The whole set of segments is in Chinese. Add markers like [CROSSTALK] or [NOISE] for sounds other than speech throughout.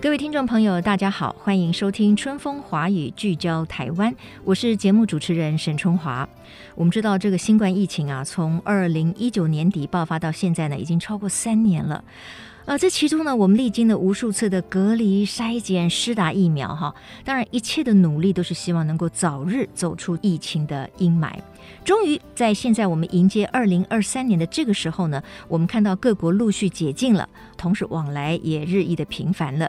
各位听众朋友，大家好，欢迎收听《春风华语》，聚焦台湾，我是节目主持人沈春华。我们知道这个新冠疫情啊，从二零一九年底爆发到现在呢，已经超过三年了。呃，这其中呢，我们历经了无数次的隔离、筛检、施打疫苗，哈，当然一切的努力都是希望能够早日走出疫情的阴霾。终于在现在我们迎接二零二三年的这个时候呢，我们看到各国陆续解禁了，同时往来也日益的频繁了。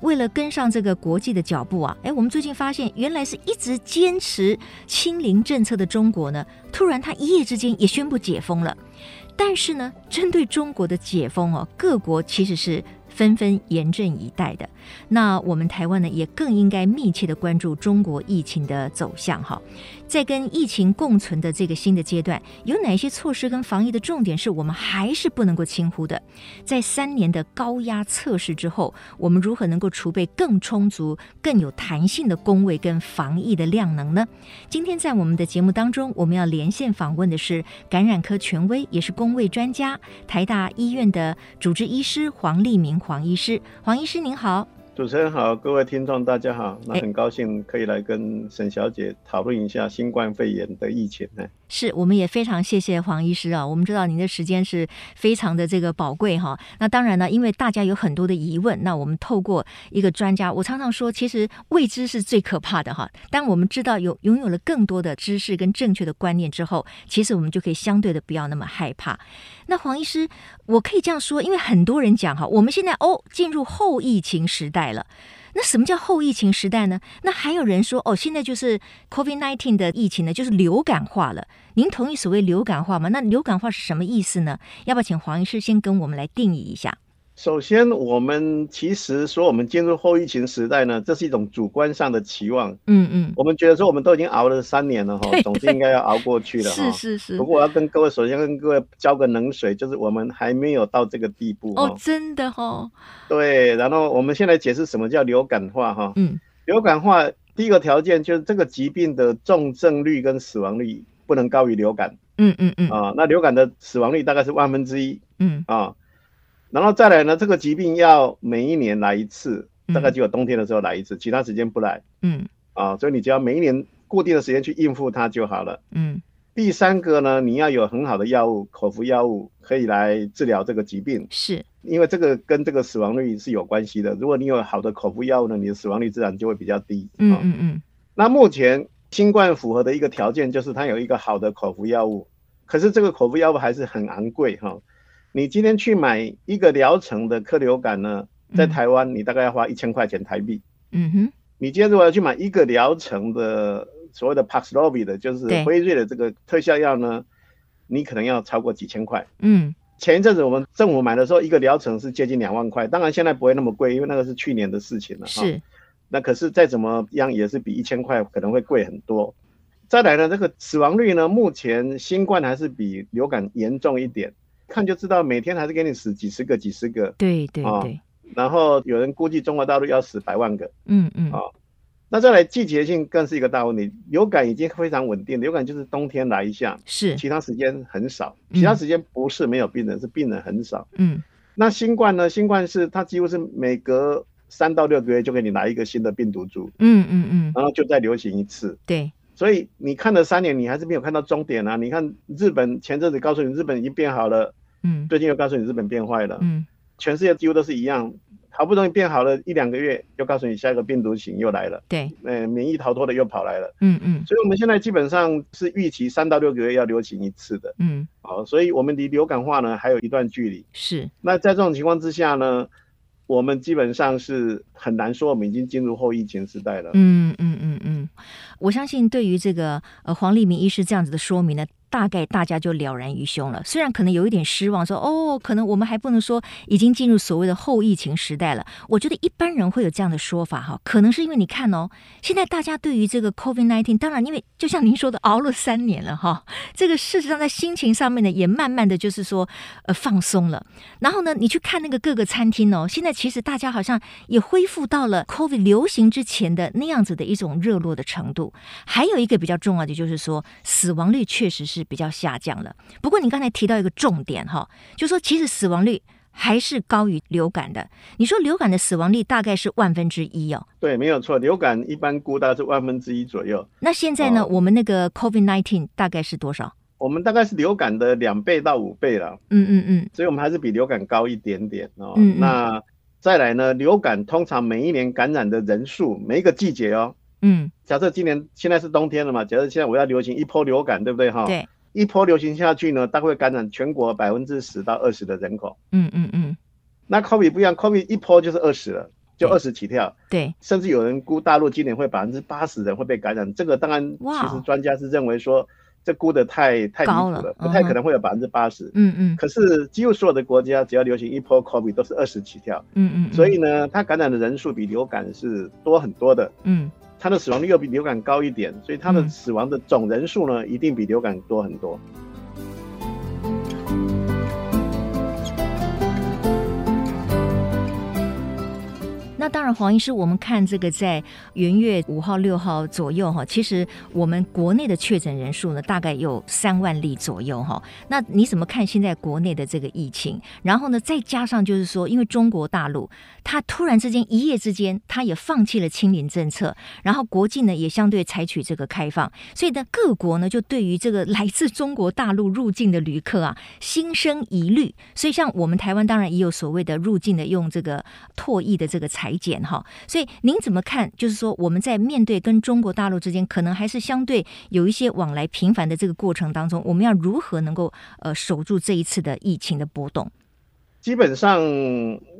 为了跟上这个国际的脚步啊，哎，我们最近发现，原来是一直坚持清零政策的中国呢，突然它一夜之间也宣布解封了。但是呢，针对中国的解封哦，各国其实是纷纷严阵以待的。那我们台湾呢，也更应该密切的关注中国疫情的走向哈。在跟疫情共存的这个新的阶段，有哪些措施跟防疫的重点是我们还是不能够轻忽的？在三年的高压测试之后，我们如何能够储备更充足、更有弹性的工位跟防疫的量能呢？今天在我们的节目当中，我们要连线访问的是感染科权威，也是工位专家，台大医院的主治医师黄立明黄医师。黄医师您好。主持人好，各位听众大家哎好，那很高兴可以来跟沈小姐讨论一下新冠肺炎的疫情呢。是我们也非常谢谢黄医师啊，我们知道您的时间是非常的这个宝贵哈。那当然呢，因为大家有很多的疑问，那我们透过一个专家，我常常说，其实未知是最可怕的哈。当我们知道有拥有了更多的知识跟正确的观念之后，其实我们就可以相对的不要那么害怕。那黄医师，我可以这样说，因为很多人讲哈，我们现在哦进入后疫情时代了。那什么叫后疫情时代呢？那还有人说哦，现在就是 COVID-19 的疫情呢，就是流感化了。您同意所谓流感化吗？那流感化是什么意思呢？要不要请黄医师先跟我们来定义一下？首先，我们其实说我们进入后疫情时代呢，这是一种主观上的期望。嗯嗯，我们觉得说我们都已经熬了三年了哈，对总是应该要熬 [LAUGHS] 过去了哈。是是是不。过我要跟各位，首先跟各位浇个冷水，就是我们还没有到这个地步哈哦，真的哦，对，然后我们现在解释什么叫流感化哈。嗯，流感化第一个条件就是这个疾病的重症率跟死亡率不能高于流感嗯嗯嗯啊。那流感的死亡率大概是万分之一嗯啊。然后再来呢，这个疾病要每一年来一次，嗯大概只有冬天的时候来一次，其他时间不来嗯啊。所以你只要每一年固定的时间去应付它就好了。嗯第三个呢，你要有很好的药物，口服药物可以来治疗这个疾病。是，因为这个跟这个死亡率是有关系的。如果你有好的口服药物呢，你的死亡率自然就会比较低。嗯啊嗯嗯那目前新冠符合的一个条件就是它有一个好的口服药物，可是这个口服药物还是很昂贵哈、你今天去买一个疗程的克流感呢，在嗯台湾你大概要花一千块钱台币。嗯哼，你今天如果要去买一个疗程的所谓的 Paxlovid 的，就是对辉瑞的这个特效药呢，你可能要超过几千块。嗯前一阵子我们政府买的时候，一个疗程是接近两万块，当然现在不会那么贵，因为那个是去年的事情了。哈。是，那可是再怎么样也是比一千块可能会贵很多。再来呢，这个死亡率呢，目前新冠还是比流感严重一点，看就知道每天还是给你死几十个、几十个，对对啊对，然后有人估计中国大陆要死百万个。嗯嗯啊那再来季节性更是一个大问题，流感已经非常稳定，流感就是冬天来一下，是，其他时间很少，嗯其他时间不是没有病人，是病人很少。嗯那新冠呢？新冠是它几乎是每隔三到六个月就给你来一个新的病毒株，嗯嗯嗯，然后就再流行一次。对，所以你看了三年，你还是没有看到终点啊！你看日本前阵子告诉你日本已经变好了，嗯最近又告诉你日本变坏了，嗯全世界几乎都是一样。好不容易变好了一两个月，又告诉你下一个病毒型又来了，对，呃，免疫逃脱的又跑来了。嗯嗯所以我们现在基本上是预期三到六个月要流行一次的，嗯好，所以我们离流感化呢还有一段距离。是，那在这种情况之下呢，我们基本上是很难说我们已经进入后疫情时代了。嗯嗯嗯嗯嗯，我相信对于这个呃黄立明医师这样子的说明呢，大概大家就了然于胸了。虽然可能有一点失望，说哦，可能我们还不能说已经进入所谓的后疫情时代了。我觉得一般人会有这样的说法哈，可能是因为你看哦，现在大家对于这个 COVID-19，当然因为就像您说的，熬了三年了哈，这个事实上在心情上面呢，也慢慢的就是说呃放松了。然后呢，你去看那个各个餐厅哦，现在其实大家好像也恢复到了 COVID 流行之前的那样子的一种热络的程度。还有一个比较重要的就是说，死亡率确实是比较下降了。不过你刚才提到一个重点哈，就说其实死亡率还是高于流感的。你说流感的死亡率大概是万分之一哦，对，没有错，流感一般估大概是万分之一左右。那现在呢，哦我们那个 COVID nineteen 大概是多少？我们大概是流感的两倍到五倍了，嗯嗯嗯，所以我们还是比流感高一点点哦。嗯嗯那再来呢，流感通常每一年感染的人数，每一个季节哦。嗯，假设今年现在是冬天了嘛，假设现在我要流行一波流感，对不对哈？。对，一波流行下去呢，大概会感染全国百分之十到二十的人口。嗯嗯嗯，那 COVID 不一样，COVID 一波就是二十了，就对二十起跳，对，甚至有人估大陆今年会百分之八十人会被感染。这个当然，哇其实专家是认为说这估的太太离高谱了了，不太嗯可能会有百分之八十。嗯嗯可是几乎所有的国家只要流行一波 COVID 都是二十起跳，嗯嗯，所以呢，它感染的人数比流感是多很多的。嗯它的死亡率又比流感高一点，所以它的嗯死亡的总人数呢，一定比流感多很多。那当然，黄医师，我们看这个在元月五号、六号左右哈，其实我们国内的确诊人数呢，大概有三万例左右哈。那你怎么看现在国内的这个疫情？然后呢，再加上就是说，因为中国大陆它突然之间一夜之间，它也放弃了清零政策，然后国际呢也相对采取这个开放，所以呢，各国呢就对于这个来自中国大陆入境的旅客啊， [LAUGHS] 心生疑虑。所以，像我们台湾当然也有所谓的入境的用这个唾液的这个裁剪哈。所以，您怎么看？就是说，我们在面对跟中国大陆之间可能还是相对有一些往来频繁的这个过程当中，我们要如何能够呃守住这一次的疫情的波动？基本上，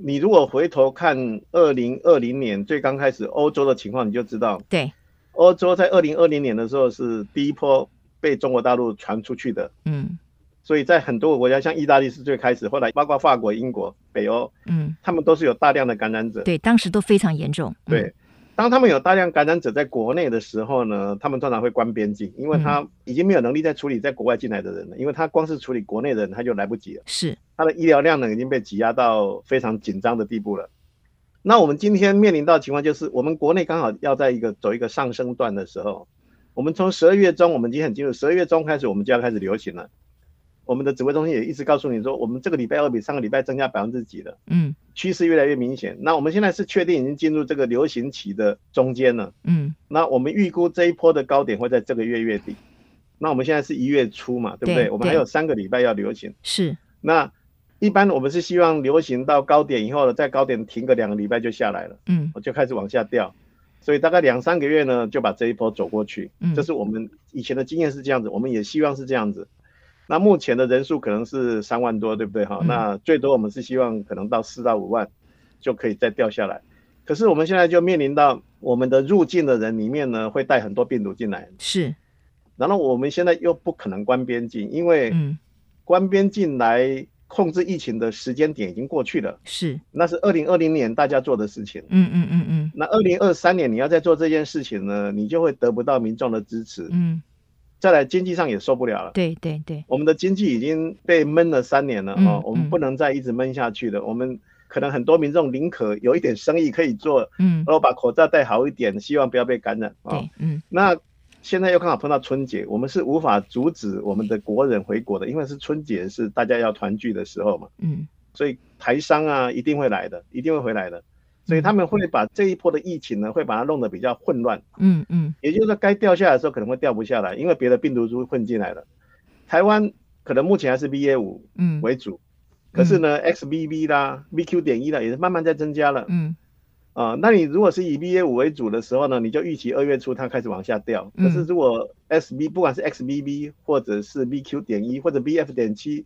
你如果回头看二零二零年最刚开始欧洲的情况，你就知道，对，欧洲在二零二零年的时候是第一波被中国大陆传出去的，嗯所以在很多个国家，像意大利是最开始，后来包括法国、英国、北欧，嗯，他们都是有大量的感染者。对，当时都非常严重。嗯对，当他们有大量感染者在国内的时候呢，他们通常会关边境，因为他已经没有能力再处理在国外进来的人了，因为他光是处理国内的人他就来不及了，嗯是，他的医疗量呢已经被挤压到非常紧张的地步了。那我们今天面临到的情况就是，我们国内刚好要在一个走一个上升段的时候，我们从十二月中，我们已经很清楚，十二月中开始我们就要开始流行了。我们的指挥中心也一直告诉你说，我们这个礼拜要比上个礼拜增加百分之几了。嗯趋势越来越明显。那我们现在是确定已经进入这个流行期的中间了。嗯，那我们预估这一波的高点会在这个月月底。那我们现在是一月初嘛，对不对？对我们还有三个礼拜要流行。是，那一般我们是希望流行到高点以后呢，在高点停个两个礼拜就下来了，嗯我就开始往下掉。所以大概两三个月呢，就把这一波走过去嗯。这是我们以前的经验是这样子，我们也希望是这样子。那目前的人数可能是三万多，对不对？哈、嗯那最多我们是希望可能到四到五万就可以再掉下来。可是我们现在就面临到我们的入境的人里面呢，会带很多病毒进来，是，然后我们现在又不可能关边境，因为嗯关边境来控制疫情的时间点已经过去了，是，那是二零二零年大家做的事情。嗯嗯嗯嗯那二零二三年你要再做这件事情呢，你就会得不到民众的支持，嗯，再来经济上也受不了了。对对对，我们的经济已经被闷了三年了啊、嗯哦我嗯们不能再一直闷下去了。我们可能很多民众宁可有一点生意可以做，嗯然后把口罩戴好一点，希望不要被感染啊、哦对，嗯那现在又刚好碰到春节，我们是无法阻止我们的国人回国的，因为是春节是大家要团聚的时候嘛，嗯所以台商啊一定会来的，一定会回来的。所以他们会把这一波的疫情呢，会把它弄得比较混乱，嗯嗯也就是说，该掉下来的时候可能会掉不下来，因为别的病毒株混进来了。台湾可能目前还是 BA 五嗯，为主，可是呢，XBB 啦、BQ 点一啦也是慢慢在增加了嗯啊、那你如果是以 BA 五为主的时候呢，你就预期二月初它开始往下掉。嗯可是如果 SB 不管是 XBB 或者是 BQ 点一或者 BF 点七，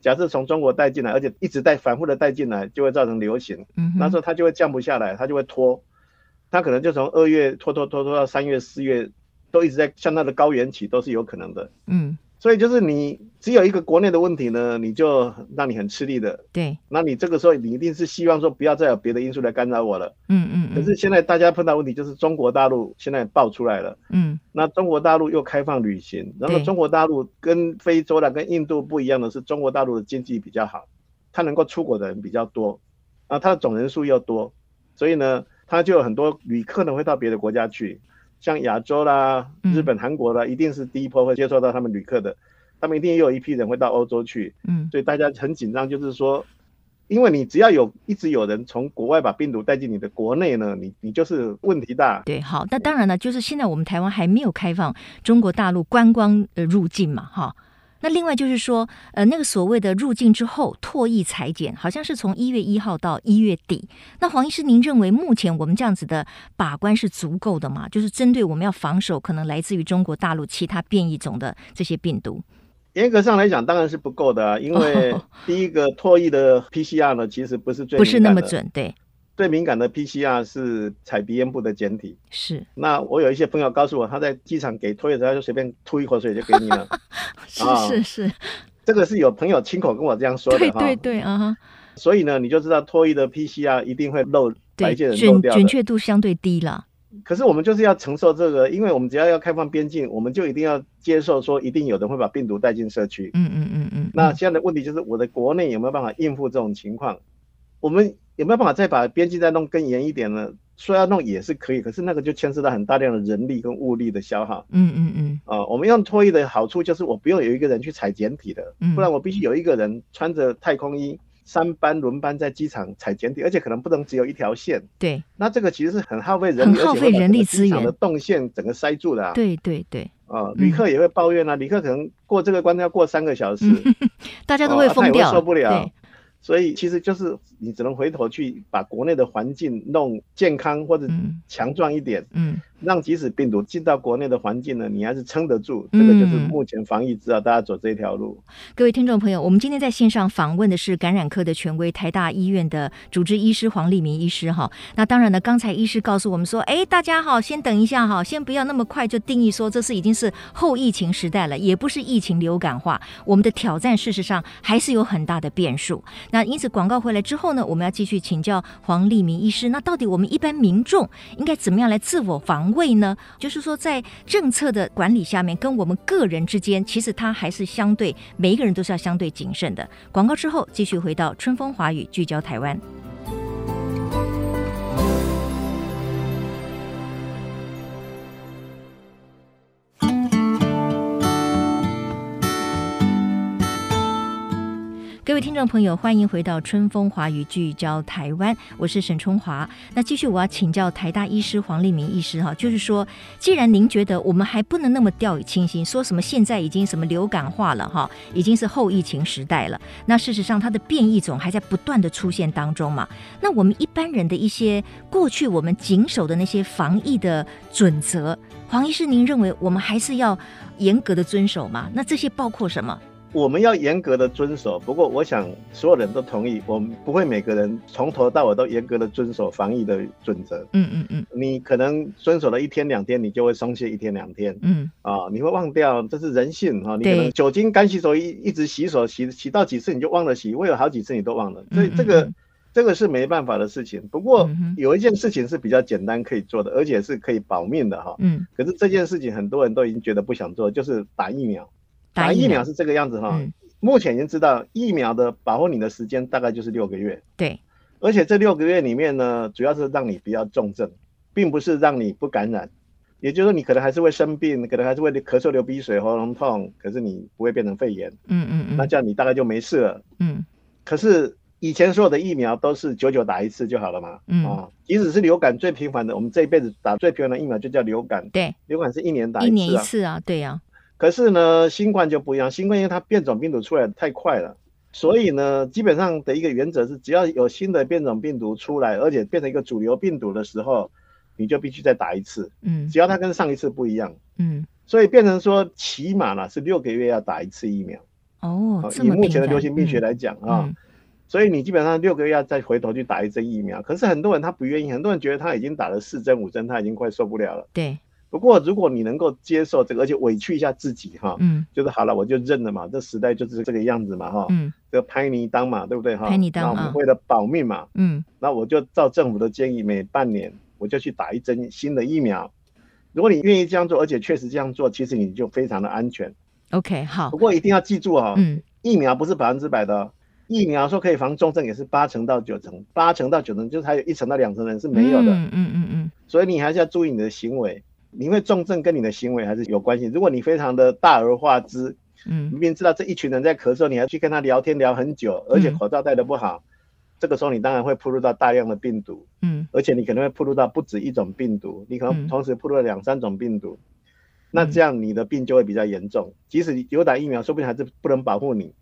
假设从中国带进来，而且一直带反复的带进来，就会造成流行。嗯哼，那时候它就会降不下来，它就会拖，它可能就从二月拖拖拖拖到三月、四月，都一直在像它的高原期都是有可能的。嗯所以就是你只有一个国内的问题呢，你就让你很吃力的。对，那你这个时候你一定是希望说不要再有别的因素来干扰我了。嗯嗯嗯，可是现在大家碰到问题就是中国大陆现在爆出来了，嗯那中国大陆又开放旅行，然后对中国大陆跟非洲啦、跟印度不一样的是，中国大陆的经济比较好，它能够出国的人比较多，啊，它的总人数又多，所以呢，它就有很多旅客呢会到别的国家去，像亚洲啦、嗯日本、韩国啦，一定是第一波会接触到他们旅客的，他们一定也有一批人会到欧洲去，嗯所以大家很紧张，就是说。因为你只要有一直有人从国外把病毒带进你的国内呢，你你就是问题大，对，好，那当然了，就是现在我们台湾还没有开放中国大陆观光呃入境嘛，哈。那另外就是说，呃，那个所谓的入境之后唾液裁剪，好像是从一月一号到一月底。那黄医师，您认为目前我们这样子的把关是足够的吗？就是针对我们要防守可能来自于中国大陆其他变异种的这些病毒。严格上来讲，当然是不够 [LAUGHS] 的、啊，因为第一个唾液的 PCR 呢，其实不是最不是那敏感么的，准，对，最敏感的 PCR 是采鼻咽部的简体。 [LAUGHS] 是那我有一些朋友告诉我，他在机场给唾液的时候，他就随便吐一口水就给你 [LAUGHS] 了。是啊是是，这个是有朋友亲口跟我这样说对的哈。对对啊哈，所以呢，你就知道唾液的 PCR 一定会漏对，白界人漏准掉的准。确度相对低了，可是我们就是要承受这个，因为我们只要要开放边境，我们就一定要接受说，一定有人会把病毒带进社区。嗯嗯嗯嗯，那嗯现在的问题就是，我的国内有没有办法应付这种情况？我们有没有办法再把边境再弄更严一点呢？说要弄也是可以，可是那个就牵涉到很大量的人力跟物力的消耗嗯嗯嗯，啊、我们用唾液的好处就是，我不用有一个人去采简体的嗯，不然我必须有一个人穿着太空衣，三班轮班在机场采简体，而且可能不能只有一条线。对那这个其实是很耗费人力，很耗而且会把费人力整个机资场源的动线整个塞住了啊！对嗯对对。啊，旅客也会抱怨啊，旅客可能过这个关要过三个小嗯时，大家都哦会他疯也会掉了，受不了对，所以其实就是你只能回头去把国内的环境弄健康或者嗯强壮一点，嗯，让即使病毒进到国内的环境呢，你还是撑得住。这个就是嗯目前防疫之道，大家走这一条路。各位听众朋友，我们今天在线上访问的是感染科的权威台大医院的主治医师黄立明医师哈。那当然呢，刚才医师告诉我们说，哎，大家好，先等一下哈，先不要那么快就定义说这是已经是后疫情时代了，也不是疫情流感化，我们的挑战事实上还是有很大的变数。那因此广告回来之后呢，我们要继续请教黄立明医师，那到底我们一般民众应该怎么样来自我防卫呢？就是说，在政策的管理下面，跟我们个人之间，其实它还是相对，每一个人都是要相对谨慎的。广告之后，继续回到春风华语聚焦台湾。各位听众朋友，欢迎回到春风华语聚焦台湾，我是沈春华。那继续我要请教台大医师黄立明医师哈，就是说，既然您觉得我们还不能那么掉以轻心，说什么现在已经什么流感化了哈，已经是后疫情时代了，那事实上它的变异种还在不断的出现当中嘛。那我们一般人的一些过去我们谨守的那些防疫的准则，黄医师，您认为我们还是要严格的遵守吗？那这些包括什么？我们要严格的遵守，不过我想所有人都同意，我们不会每个人从头到尾都严格的遵守防疫的准则。嗯嗯嗯你可能遵守了一天两天，你就会松懈一天两天。嗯，啊，你会忘掉，这是人性哈、你可对能酒精干洗手一一直洗手，洗洗到几次你就忘了洗，会有好几次你都忘了，所以嗯这个、嗯嗯这个是没办法的事情。不过嗯哼有一件事情是比较简单可以做的，而且是可以保命的哈、嗯，可是这件事情很多人都已经觉得不想做，就是打疫苗。打疫苗是这个样子哈、嗯目前已经知道疫苗的保护你的时间大概就是六个月，对，而且这六个月里面呢，主要是让你不要重症，并不是让你不感染。也就是说，你可能还是会生病，可能还是会咳嗽、流鼻水、喉咙痛，可是你不会变成肺炎，嗯嗯嗯，那这样你大概就没事了。嗯可是以前所有的疫苗都是九九打一次就好了嘛，嗯啊，即使是流感最频繁的，我们这一辈子打最频繁的疫苗就叫流感，对，流感是一年打一年次一啊。次啊，对呀、可是呢，新冠就不一样，新冠因为它变种病毒出来得太快了，所以呢，基本上的一个原则是，只要有新的变种病毒出来，而且变成一个主流病毒的时候，你就必须再打一次，嗯只要它跟上一次不一样，嗯，所以变成说起码呢是六个月要打一次疫苗。哦啊，这以么目前的频繁流行病学嗯来讲啊，嗯所以你基本上六个月要再回头去打一针疫苗。可是很多人他不愿意，很多人觉得他已经打了四针五针，他已经快受不了了。对，不过如果你能够接受这个，而且委屈一下自己哈，嗯就是好了，我就认了嘛，这时代就是这个样子嘛哈，嗯这个拍泥当嘛，对不对哈？拍泥当那我们嗯为了保命嘛，嗯那我就照政府的建议，每半年我就去打一针新的疫苗。如果你愿意这样做，而且确实这样做，其实你就非常的安全。 ，OK，好不，过一定要记住哦，嗯疫苗不是百分之百的哦，疫苗说可以防重症也是八成到九成，八成到九成就是还有一成到两成的人是没有的，嗯嗯嗯嗯所以你还是要注意你的行为。因为重症跟你的行为还是有关系。如果你非常的大而化之，嗯明明知道这一群人在咳嗽，你还去跟他聊天聊很久，而且嗯口罩戴的不好，这个时候你当然会暴露到大量的病毒。嗯而且你可能会暴露到不止一种病毒，你可嗯能同时暴露了两三种病毒，那这样你的病就会比较严重。即使你有打疫苗，说不定还是不能保护你。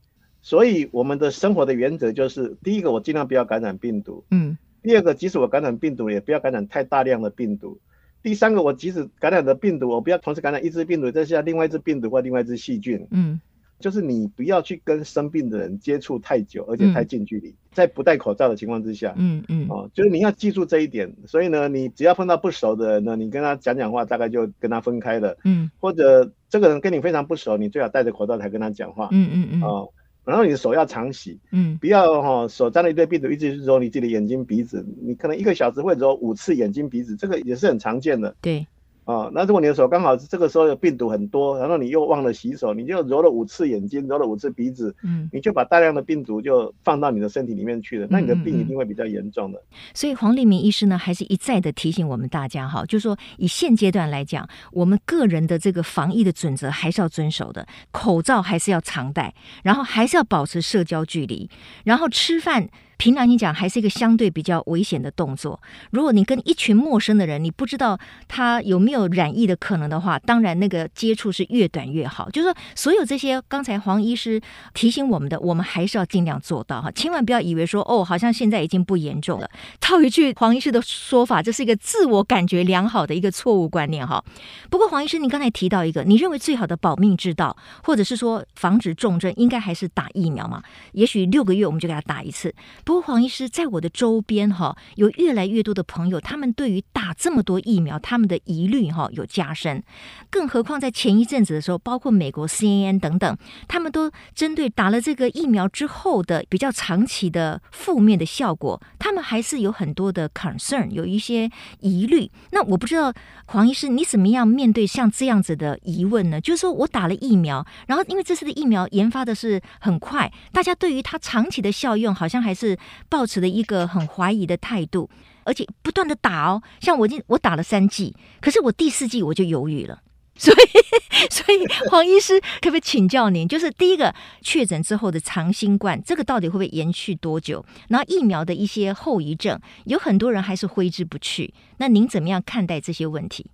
所以我们的生活的原则就是：第一个，我尽量不要感染病毒；嗯第二个，即使我感染病毒，也不要感染太大量的病毒；第三个，我即使感染的病毒，我不要同时感染一只病毒，再下另外一只病毒或另外一只细菌。嗯就是你不要去跟生病的人接触太久，而且太近距离，在不戴口罩的情况之下，嗯嗯哦，就是你要记住这一点。所以呢，你只要碰到不熟的人呢，你跟他讲讲话，大概就跟他分开了；嗯或者这个人跟你非常不熟，你最好戴着口罩才跟他讲话。嗯嗯哦，然后你的手要常洗，嗯不要哈、哦、手沾了一堆病毒，一直揉你自己的眼睛、鼻子。你可能一个小时会揉五次眼睛、鼻子，这个也是很常见的对，啊、哦。那如果你的手刚好是这个时候的病毒很多，然后你又忘了洗手，你就揉了五次眼睛，揉了五次鼻子，嗯，你就把大量的病毒就放到你的身体里面去了，那你的嗯病一定会比较严重的。所以黄立明医师呢，还是一再的提醒我们大家哈，就是说以现阶段来讲，我们个人的这个防疫的准则还是要遵守的，口罩还是要常戴，然后还是要保持社交距离，然后吃饭。平常你讲还是一个相对比较危险的动作。如果你跟一群陌生的人，你不知道他有没有染疫的可能的话，当然那个接触是越短越好。就是说，所有这些刚才黄医师提醒我们的，我们还是要尽量做到哈，千万不要以为说哦，好像现在已经不严重了。套一句黄医师的说法，这是一个自我感觉良好的一个错误观念哈。不过黄医师，你刚才提到一个，你认为最好的保命之道，或者是说防止重症，应该还是打疫苗嘛？也许六个月我们就给他打一次。不过黄医师，在我的周边哈，有越来越多的朋友，他们对于打这么多疫苗，他们的疑虑哈有加深。更何况在前一阵子的时候，包括美国 CNN 等等，他们都针对打了这个疫苗之后的比较长期的负面的效果，他们还是有很多的 concern，有一些疑虑。那我不知道黄医师你怎么样面对像这样子的疑问呢？就是说我打了疫苗，然后因为这次的疫苗研发的是很快，大家对于它长期的效用好像还是抱持了一个很怀疑的态度。而且不断的打哦，像我已经我打了三剂，可是我第四剂我就犹豫了，所以 [LAUGHS] 所以，黄医师可不可以请教您？就是第一个确诊之后的长新冠，这个到底会不会延续多久？然后疫苗的一些后遗症，有很多人还是挥之不去。那您怎么样看待这些问题？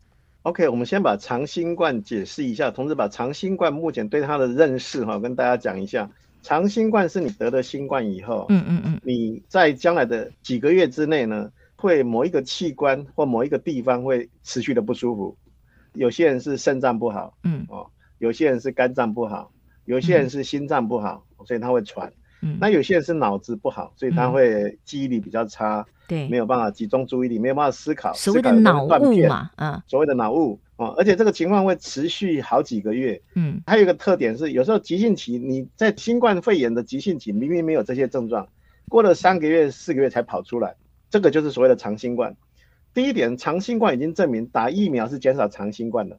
OK，我们先把长新冠解释一下，同时把长新冠目前对它的认识哈、跟大家讲一下。长新冠是你得了新冠以后，嗯嗯嗯你在将来的几个月之内呢，会某一个器官或某一个地方会持续的不舒服。有些人是肾脏不好，哦嗯有些人是肝脏不好，有些人是心脏不好，所以他会喘。嗯，那有些人是脑子不好，所以他会记忆力比较差，对没，有办法集中注意力，没有办法思考，所谓的思考有时脑候会断雾片嘛，啊所谓的脑雾啊，而且这个情况会持续好几个月。嗯还有一个特点是，有时候急性期你在新冠肺炎的急性期明明没有这些症状，过了三个月、四个月才跑出来，这个就是所谓的长新冠。第一点，长新冠已经证明打疫苗是减少长新冠的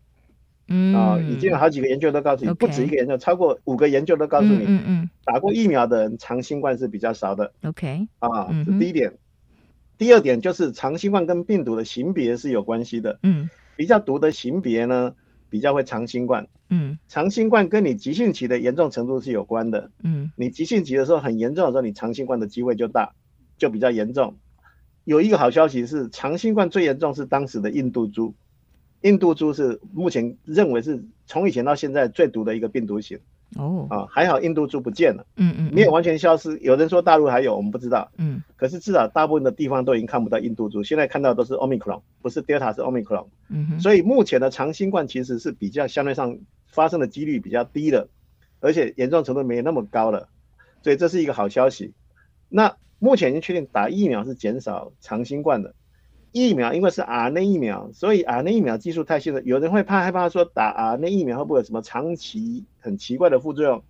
嗯啊、已经有好几个研究都告诉你， OK 不止一个研究，超过五个研究都告诉嗯你，嗯嗯打过疫苗的人长新冠是比较少的，OK，啊，嗯这哼第一点。第二点就是长新冠跟病毒的型别是有关系的，嗯比较毒的型别呢，比较会长新冠。嗯长新冠跟你急性期的严重程度是有关的。嗯你急性期的时候很严重的时候，你长新冠的机会就大，就比较严重。有一个好消息是，长新冠最严重是当时的印度猪，印度猪是目前认为是从以前到现在最毒的一个病毒型哦，啊。还好印度猪不见了，嗯嗯没有完全消失。有人说大陆还有，我们不知道。嗯可是至少大部分的地方都已经看不到印度猪，现在看到都是 Omicron，不是 Delta 是 Omicron。嗯哼所以目前的长新冠其实是比较相对上发生的几率比较低的，而且严重程度没那么高了，所以这是一个好消息。那目前已经确定打疫苗是减少长新冠的，疫苗因为是 RNA 疫苗，所以 RNA 疫苗技术太新了，有人会怕害怕说打 RNA 疫苗会不会有什么长期很奇怪的副作用？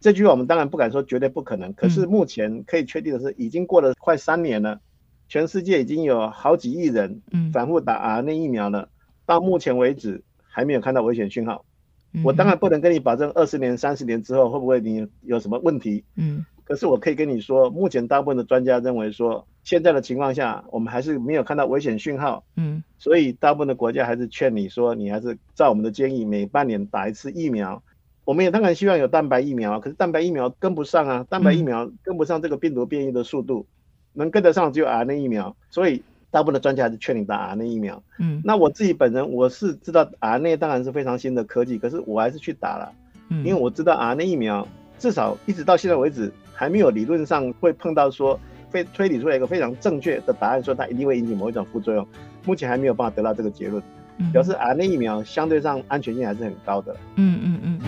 这句话我们当然不敢说绝对不可能，可嗯是目前可以确定的是，已经过了快三年了，全世界已经有好几亿人嗯，反复打 RNA 疫苗了，到目前为止还没有看到危险讯号。我当然不能跟你保证二十年、三十年之后会不会你有什么问题，嗯可是我可以跟你说，目前大部分的专家认为说，现在的情况下，我们还是没有看到危险讯号，嗯所以大部分的国家还是劝你说，你还是照我们的建议，每半年打一次疫苗。我们也当然希望有蛋白疫苗，可是蛋白疫苗跟不上啊，蛋白疫苗跟不上这个病毒变异的速度，能跟得上只有 RNA 疫苗，所以大部分的专家还是劝你打 RNA 疫苗。嗯那我自己本人我是知道 RNA 当然是非常新的科技，可是我还是去打了，嗯，因为我知道 RNA 疫苗至少一直到现在为止还没有理论上会碰到说非推理出来一个非常正确的答案，说它一定会引起某一种副作用，目前还没有办法得到这个结论，嗯表示 RNA 疫苗相对上安全性还是很高的。嗯嗯嗯。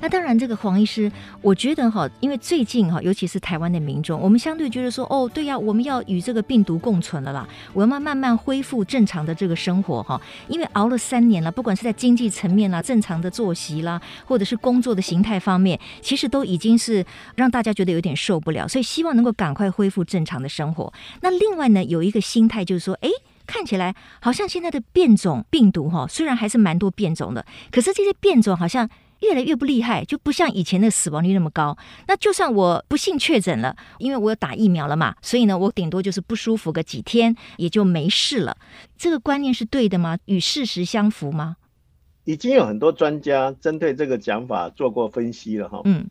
那当然，这个黄医师，我觉得哈，因为最近哈，尤其是台湾的民众，我们相对觉得说，哦，对呀、我们要与这个病毒共存了啦，我们要慢慢恢复正常的这个生活哈，因为熬了三年了，不管是在经济层面啦、正常的作息啦，或者是工作的形态方面，其实都已经是让大家觉得有点受不了，所以希望能够赶快恢复正常的生活。那另外呢，有一个心态就是说，诶，看起来好像现在的变种病毒哈、虽然还是蛮多变种的，可是这些变种好像越来越不厉害，就不像以前的死亡率那么高。那就算我不幸确诊了，因为我有打疫苗了嘛，所以呢，我顶多就是不舒服个几天，也就没事了。这个观念是对的吗？与事实相符吗？已经有很多专家针对这个讲法做过分析了哈，嗯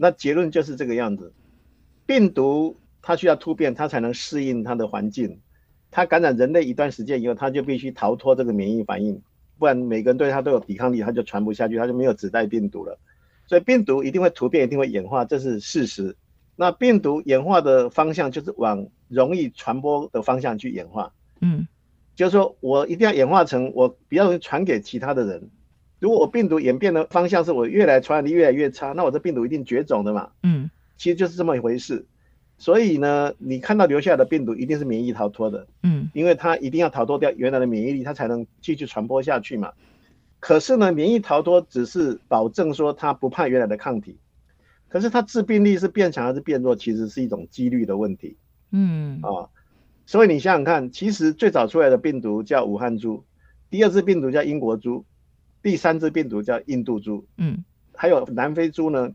那结论就是这个样子：病毒它需要突变，它才能适应它的环境。它感染人类一段时间以后，它就必须逃脱这个免疫反应，不然每个人对它都有抵抗力，它就传不下去，它就没有子代病毒了。所以病毒一定会突变，一定会演化，这是事实。那病毒演化的方向就是往容易传播的方向去演化。嗯就是说我一定要演化成我比较容易传给其他的人。如果我病毒演变的方向是我越来传染力越来越差，那我这病毒一定绝种的嘛，嗯其实就是这么一回事。所以呢，你看到留下来的病毒一定是免疫逃脱的，嗯因为它一定要逃脱掉原来的免疫力，它才能继续传播下去嘛。可是呢，免疫逃脱只是保证说它不怕原来的抗体，可是它致病力是变强还是变弱，其实是一种几率的问题。嗯啊。所以你想想看，其实最早出来的病毒叫武汉株，第二只病毒叫英国株，第三只病毒叫印度株，嗯还有南非株呢。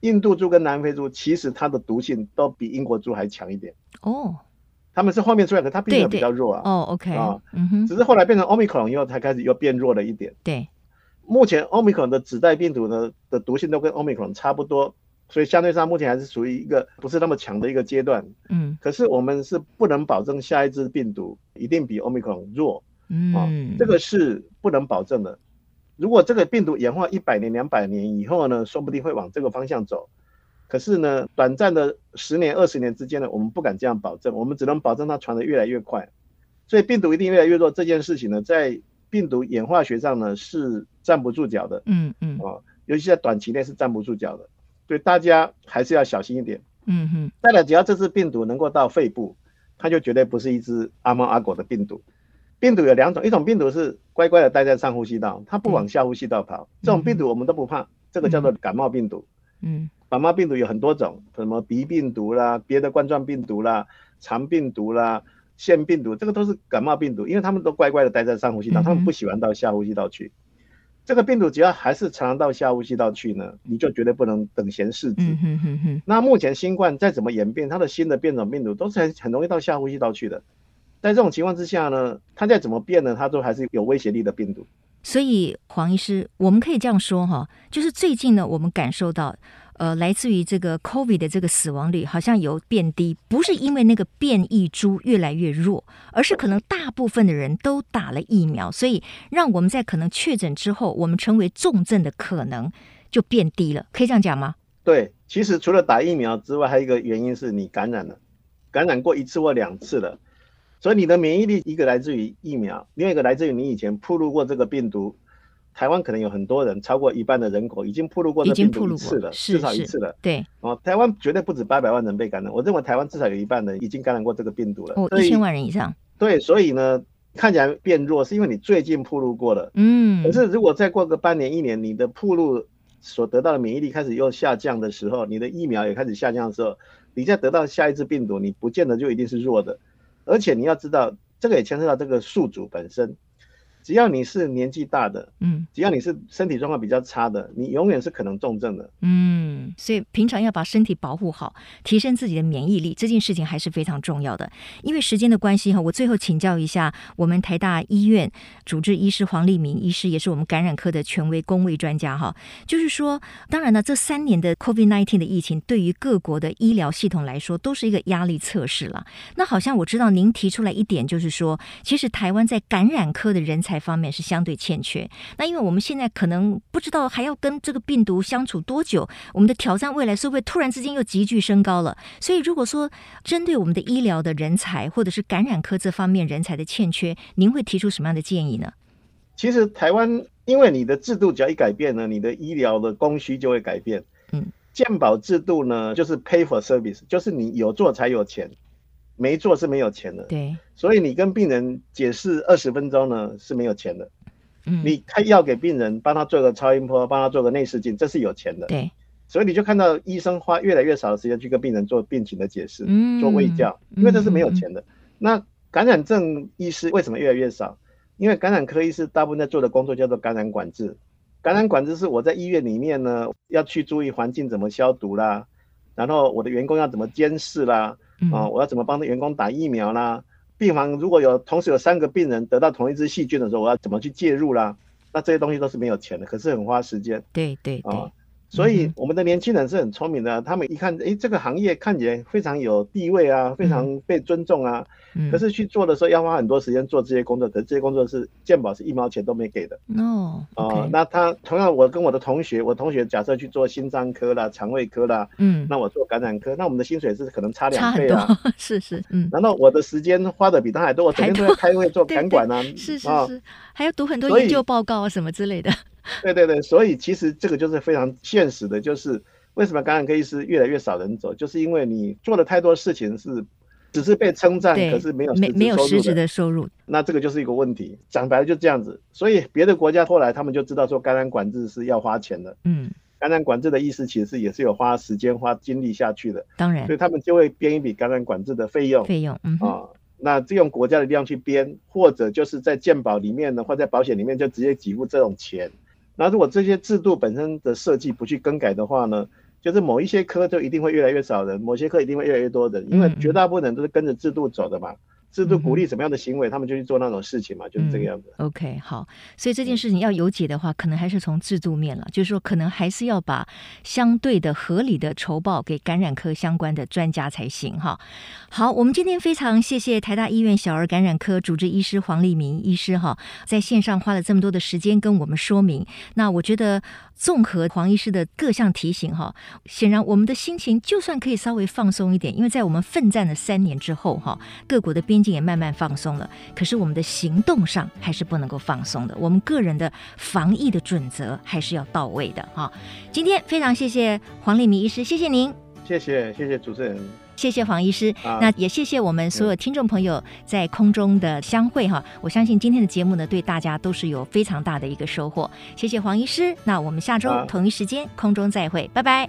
印度株跟南非株其实它的毒性都比英国株还强一点，哦它们是后面出来的，它并没有对对比较弱啊，哦，OK，啊嗯哼，只是后来变成 Omicron 以后才开始又变弱了一点。对，目前 Omicron 的子代病毒呢的毒性都跟 Omicron 差不多，所以相对上目前还是属于一个不是那么强的一个阶段。嗯可是我们是不能保证下一只病毒一定比 Omicron 弱嗯、啊，这个是不能保证的。如果这个病毒演化一百年、两百年以后呢，说不定会往这个方向走。可是呢，短暂的十年、二十年之间呢，我们不敢这样保证，我们只能保证它传得越来越快。所以病毒一定越来越弱这件事情呢，在病毒演化学上呢是站不住脚的。嗯嗯啊尤其在短期内是站不住脚的，所以大家还是要小心一点。嗯哼。再来，只要这只病毒能够到肺部，它就绝对不是一只阿猫阿狗的病毒。病毒有两种，一种病毒是乖乖的待在上呼吸道，它不往下呼吸道跑，这种病毒我们都不怕，这个叫做感冒病毒。嗯感冒病毒有很多种，什么鼻病毒啦、别的冠状病毒啦、肠病毒啦、腺病毒，这个都是感冒病毒，因为他们都乖乖的待在上呼吸道，嗯哼他们不喜欢到下呼吸道去。这个病毒只要还是常常到下呼吸道去呢，你就绝对不能等闲视之。嗯哼哼哼，那目前新冠再怎么演变，它的新的变种病毒都是很很容易到下呼吸道去的。在这种情况之下呢，它再怎么变呢，它都还是有威胁力的病毒。所以黄医师，我们可以这样说哈，就是最近呢，我们感受到，呃，来自于这个 COVID 的这个死亡率好像有变低，不是因为那个变异株越来越弱，而是可能大部分的人都打了疫苗，所以让我们在可能确诊之后，我们成为重症的可能就变低了，可以这样讲吗？对，其实除了打疫苗之外，还有一个原因是你感染了，感染过一次或两次了，所以你的免疫力一个来自于疫苗，另外一个来自于你以前暴露过这个病毒，台湾可能有很多人，超过一半的人口已经暴露过已这经病暴毒露一次过，了，是至少一是次了。对，哦，台湾绝对不止八百万人被感染，我认为台湾至少有一半人已经感染过这个病毒了。哦，所一以千万人以上，对，所以呢，看起来变弱是因为你最近暴露过了。嗯可，是如果再过个半年一年，你的暴露所得到的免疫力开始又下降的时候，你的疫苗也开始下降的时候，你再得到下一支病毒，你不见得就一定是弱的。而且你要知道，这个也牵涉到这个宿主本身。只要你是年纪大的，嗯只要你是身体状况比较差的，你永远是可能重症的。嗯，所以平常要把身体保护好，提升自己的免疫力，这件事情还是非常重要的。因为时间的关系哈，我最后请教一下我们台大医院主治医师黄立明医师，也是我们感染科的权威公卫专家哈。就是说，当然呢，这三年的 COVID-19 的疫情对于各国的医疗系统来说都是一个压力测试了。那好像我知道您提出来一点，就是说，其实台湾在感染科的人才方面是相对欠缺。那因为我们现在可能不知道还要跟这个病毒相处多久，我们的挑战未来是不是突然之间又急剧升高了？所以如果说针对我们的医疗的人才或者是感染科这方面人才的欠缺，您会提出什么样的建议呢？其实台湾因为你的制度只要一改变呢，你的医疗的供需就会改变。嗯，健保制度呢就是 pay for service，就是你有做才有钱，没做是没有钱的。对，所以你跟病人解释二十分钟呢是没有钱的。嗯，你开药给病人，帮他做个超音波，帮他做个内视镜，这是有钱的。对，所以你就看到医生花越来越少的时间去跟病人做病情的解释。嗯，做卫教，因为这是没有钱的。那感染症医师为什么越来越少？因为感染科医师大部分在做的工作叫做感染管制。感染管制是我在医院里面呢，要去注意环境怎么消毒啦，然后我的员工要怎么监视啦，嗯，啊，我要怎么帮员工打疫苗啦。病房如果有同时有三个病人得到同一只细菌的时候，我要怎么去介入啦？那这些东西都是没有钱的，可是很花时间。对对对，啊。所以嗯我们的年轻人是很聪明的啊，他们一看，诶，这个行业看起来非常有地位啊，非常被尊重啊。嗯，可是去做的时候要花很多时间做这些工作，可是这些工作是健保是一毛钱都没给的 no，啊、哦 OK，那他同样，我跟我的同学，我同学假设去做心脏科啦、肠胃科啦，嗯，那我做感染科，那我们的薪水是可能差差两很倍啊。多， [LAUGHS] 是是，嗯，然后我的时间花的比他还多，我整天都在开会做 [LAUGHS] 对感管啊，是是啊是，还要读很多所以研究报告啊什么之类的，对对对，所以其实这个就是非常现实的，就是为什么感染科医师越来越少人走，就是因为你做了太多事情是只是被称赞，对，可是没有没没有实实质质收入的，的收入，那这个就是一个问题。讲白了就这样子，所以别的国家后来他们就知道说感染管制是要花钱的，嗯，感染管制的意思其实也是有花时间、花精力下去的，当然所以他们就会编一笔感染管制的费用费用，嗯哼，啊。那这用国家的力量去编，或者就是在健保里面呢，或在保险里面就直接给付这种钱。那如果这些制度本身的设计不去更改的话呢，就是某一些科就一定会越来越少人，某些科一定会越来越多人，因为嗯嗯绝大部分人都是跟着制度走的嘛。制度鼓励什么样的行为，他们就去做那种事情嘛，就是这个样子。嗯嗯 OK，好，所以这件事情要有解的话，可能还是从制度面了，就是说，可能还是要把相对的合理的酬报给感染科相关的专家才行哈。好，我们今天非常谢谢台大医院小儿感染科主治医师黄立明医师哈，在线上花了这么多的时间跟我们说明。那我觉得综合黄医师的各项提醒哈，显然我们的心情就算可以稍微放松一点，因为在我们奋战了三年之后哈，各国的边境也慢慢放松了。可是我们的行动上还是不能够放松的，我们个人的防疫的准则还是要到位的哈。今天非常谢谢黄立明医师，谢谢您。谢谢，谢谢主持人。谢谢黄医师，啊那也谢谢我们所有听众朋友在空中的相会哈。我相信今天的节目呢，对大家都是有非常大的一个收获。谢谢黄医师，那我们下周啊同一时间空中再会，拜拜。